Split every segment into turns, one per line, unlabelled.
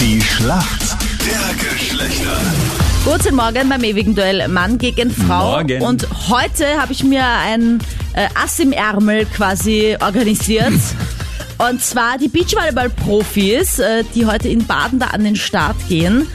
Die Schlacht der Geschlechter.
Guten Morgen beim ewigen Duell Mann gegen Frau.
Morgen.
Und heute habe ich mir ein äh, Ass im Ärmel quasi organisiert. Und zwar die Beachvolleyball-Profis, äh, die heute in Baden da an den Start gehen.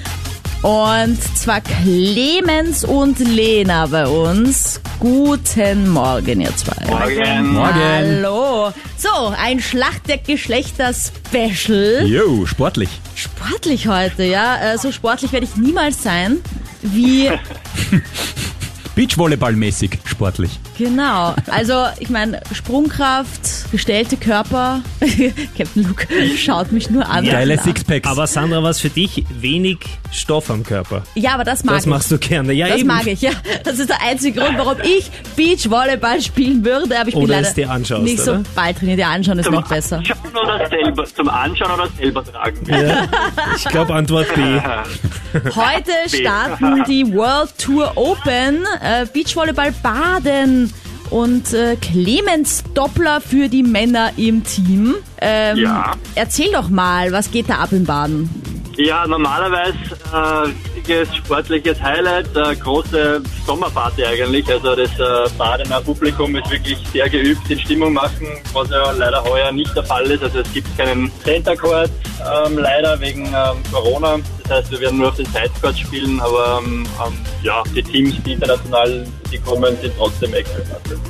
Und zwar Clemens und Lena bei uns. Guten Morgen, ihr zwei.
Morgen.
Morgen.
Hallo. So, ein Schlacht der Geschlechter-Special.
Jo, sportlich.
Sportlich heute, ja. Äh, So sportlich werde ich niemals sein. Wie
Beachvolleyballmäßig sportlich.
Genau. Also, ich meine, Sprungkraft, gestellte Körper. Captain Luke schaut mich nur an.
Geile Sixpacks.
Aber Sandra, was für dich? Wenig Stoff am Körper.
Ja, aber das mag
das
ich.
machst du gerne. Ja,
das
eben.
mag ich, ja. Das ist der einzige Grund, warum ich Beachvolleyball spielen würde. Aber ich bin
Oder
leider
es dir anschaust,
nicht so
oder?
bald trainiert. Dir anschauen ist noch besser.
Anschauen oder selber, zum Anschauen oder selber tragen.
Ich glaube Antwort B.
Heute starten die World Tour Open, äh, Beachvolleyball Baden und äh, Clemens Doppler für die Männer im Team. Ähm,
Ja.
Erzähl doch mal, was geht da ab in Baden?
Ja, normalerweise äh, wichtiges sportliches Highlight, äh, große Sommerparty eigentlich. Also das äh, Badener Publikum ist wirklich sehr geübt in Stimmung machen, was ja leider heuer nicht der Fall ist. Also es gibt keinen Center-Court, ähm, leider wegen ähm, Corona. Das heißt, wir werden nur auf den Side-Court spielen, aber ähm, ähm, ja, die Teams, die international die kommen, sind trotzdem extra.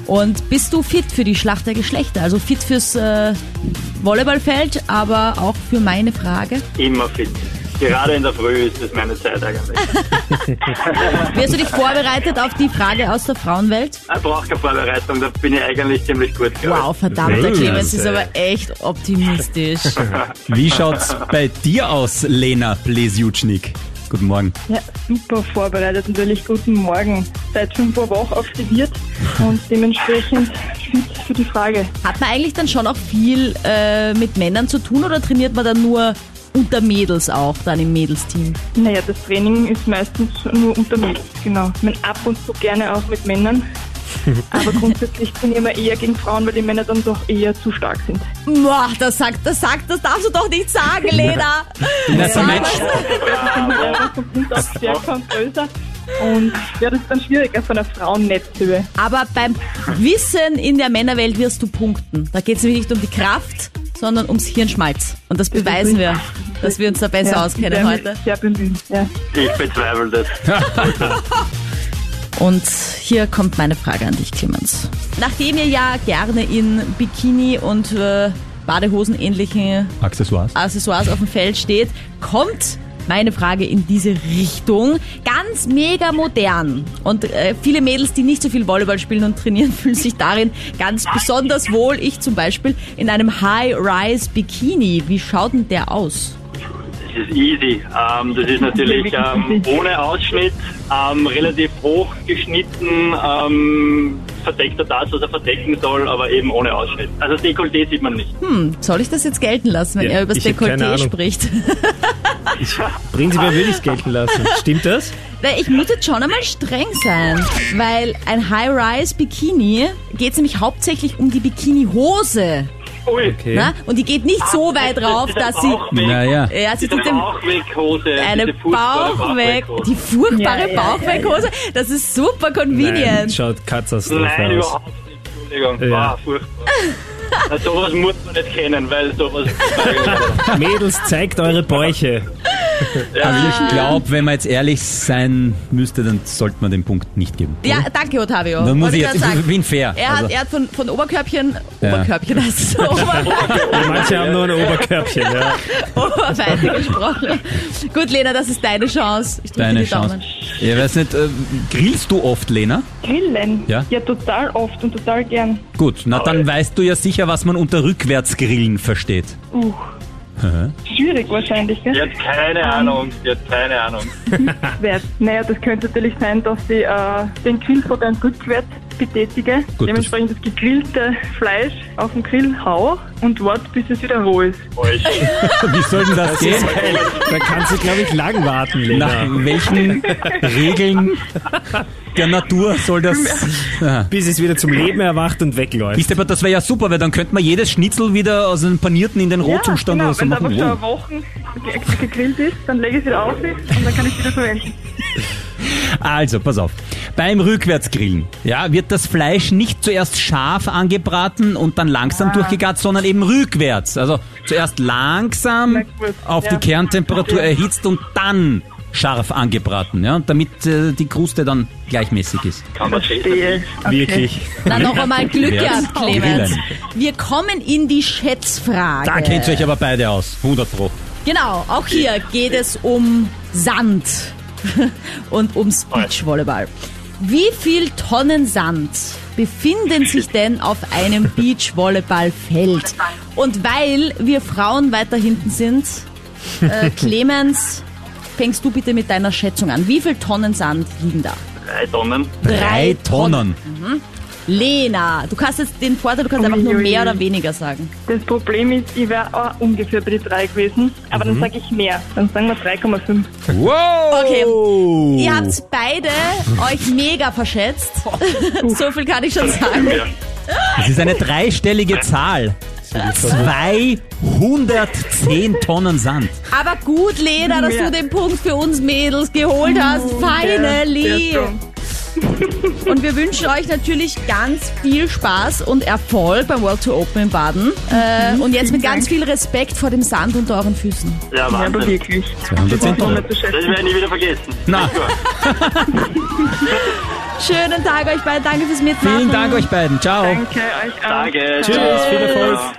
Und bist du fit für die Schlacht der Geschlechter? Also fit fürs äh, Volleyballfeld, aber auch für meine Frage.
Immer fit. Gerade in der Früh ist das meine Zeit eigentlich.
Wirst du dich vorbereitet auf die Frage aus der Frauenwelt?
Ich brauche keine Vorbereitung, da bin ich eigentlich ziemlich gut. glaub ich.
Wow, verdammt, der
Weltklasse.
Clemens ist aber echt optimistisch.
Wie schaut's bei dir aus, Lena Blesjutschnik? Guten Morgen.
Ja, super vorbereitet natürlich. Guten Morgen. Seit 5 Uhr wach aktiviert und dementsprechend fit für die Frage.
Hat man eigentlich dann schon auch viel äh, mit Männern zu tun oder trainiert man dann nur unter Mädels auch, dann im Mädelsteam?
Naja, das Training ist meistens nur unter Mädels, genau. Ich meine, ab und zu gerne auch mit Männern. Aber grundsätzlich trainieren wir eher gegen Frauen, weil die Männer dann doch eher zu stark sind.
Boah, das sagt, das sagt, das darfst du doch nicht sagen, Lena.
Na, so
Sag
Mensch.
mal,
Ja, die sind auch stärker und größer. Und ja, das ist dann schwieriger von der Frauennetzhöhe.
Aber beim Wissen in der Männerwelt wirst du punkten. Da geht es nämlich nicht um die Kraft, sondern ums Hirnschmalz. Und das beweisen wir, dass wir uns da besser
Ja, ich
auskennen
werde
heute.
mich Sehr bemühen, ja.
Ich bezweifle das.
Und hier kommt meine Frage an dich, Clemens. Nachdem ihr ja gerne in Bikini und äh, Badehosen ähnlichen
Accessoires.
Accessoires auf dem Feld steht, kommt meine Frage in diese Richtung. Ganz mega modern. Und äh, viele Mädels, die nicht so viel Volleyball spielen und trainieren, fühlen sich darin ganz besonders wohl. Ich zum Beispiel in einem High-Rise-Bikini. Wie schaut denn der aus?
Das ist easy. Ähm, das ist natürlich ähm, ohne Ausschnitt, ähm, relativ hoch geschnitten, ähm, verdeckt er das, was er verdecken soll, aber eben ohne Ausschnitt. Also Dekolleté sieht man nicht.
Soll ich das jetzt gelten lassen, wenn
Ja,
er über das
ich hab keine
Dekolleté
Ahnung.
spricht?
Prinzipiell würde ich es gelten lassen. Stimmt das?
Weil ich muss jetzt schon einmal streng sein, weil ein High-Rise-Bikini geht es nämlich hauptsächlich um die Bikini-Hose.
Ui.
Okay.
ne? Und die geht nicht so weit rauf, dass sie...
Naja.
Ja, sie
Diese
tut dem
Bauchweghose,
eine
diese furchtbare
Bauchweg,
Bauchweghose.
die furchtbare
Ja, ja,
Bauchweghose. Das ist super
Nein,
convenient.
schaut
Nein,
Katzastrophe aus.
überhaupt nicht. Entschuldigung.
Ja.
Wow, furchtbar. Na, sowas muss man nicht kennen, weil sowas...
Mädels, zeigt eure Bäuche.
Aber Also ich glaube, wenn man jetzt ehrlich sein müsste, dann sollte man den Punkt nicht geben.
Ja, danke, Ottavio.
Dann muss
Wollte
ich
grad
jetzt, ich bin fair.
Er hat,
Also,
er hat von, von Oberkörbchen, Oberkörbchen heißt es, Ober-
Ja, manche haben nur ein Oberkörbchen. Ja.
Oberweite gesprochen. Gut, Lena, das ist deine Chance. Ich drücke
deine
dir die Daumen.
Chance. Ich weiß nicht, äh, grillst du oft, Lena?
Grillen?
Ja.
Ja, total oft und total gern.
Gut, na dann weißt du ja sicher, was man unter Rückwärtsgrillen versteht.
Uh. Schwierig wahrscheinlich, gell?
Die hat keine
Ähm.
Ahnung, die hat keine Ahnung.
Rückwärts. Naja, das könnte natürlich sein, dass sie äh, den Grill von einem rückwärts betätige,
Gut,
dementsprechend das gegrillte Fleisch auf den Grill hau und warte, bis es wieder roh ist.
Falsch.
Wie soll denn das, gehen?
Da kannst du, glaube ich, lang warten, Lena.
Nach welchen Regeln der Natur soll das... Aha.
Bis es wieder zum Leben erwacht und wegläuft.
Wisst ihr, aber das wäre ja super, weil dann könnte man jedes Schnitzel wieder aus einem panierten in den Rohzustand
ja,
oder so
genau,
machen.
Wenn es
Oh.
einfach schon Wochen gegrillt ist, dann lege ich es wieder auf und dann kann ich es wieder verwenden.
Also, pass auf. Beim Rückwärtsgrillen ja, wird das Fleisch nicht zuerst scharf angebraten und dann
Ah.
langsam durchgegart, sondern eben rückwärts. Also zuerst langsam
Na gut,
auf
ja.
die Kerntemperatur erhitzt und dann scharf angebraten, ja, damit äh, die Kruste dann gleichmäßig ist.
Kann man schätzen.
Verstehe. Okay.
Wirklich.
Na, noch einmal Glück
Wär's
gehabt, Clemens.
grillen.
Wir kommen in die Schätzfrage.
Da kennt ihr euch aber beide aus, 100 pro.
Genau, auch hier geht es um Sand und ums Beachvolleyball. Wie viel Tonnen Sand befinden sich denn auf einem Beachvolleyballfeld? Und weil wir Frauen weiter hinten sind, äh, Clemens, fängst du bitte mit deiner Schätzung an. Wie viel Tonnen Sand liegen da?
Drei Tonnen.
Drei Tonnen.
Lena, du kannst jetzt den Vorteil, du kannst einfach nur mehr oder weniger sagen.
Das Problem ist, ich wäre auch ungefähr bei die 3 gewesen, aber dann sage ich mehr. Dann sagen wir 3,5.
Wow!
Okay.
Oh.
Ihr habt beide euch mega verschätzt. so viel kann ich schon sagen.
Ja.
Das ist eine dreistellige Zahl. 210 Tonnen Sand.
Aber gut, Lena, dass
Ja.
du den Punkt für uns Mädels geholt hast.
Oh,
Finally!
Sehr dumm.
Und wir wünschen euch natürlich ganz viel Spaß und Erfolg beim World Tour Open in Baden.
Mhm.
Äh, und jetzt mit ganz viel Respekt vor dem Sand unter euren Füßen.
Ja,
Ja, aber
Wahnsinn.
wirklich.
210
Das war
Tonnen.
nicht zu schätzen.
Das werde ich nie wieder vergessen.
Na.
Schönen Tag euch beiden. Danke fürs Mitmachen.
Vielen Dank euch beiden. Ciao.
Danke euch auch.
Danke.
Tschüss, viel Erfolg.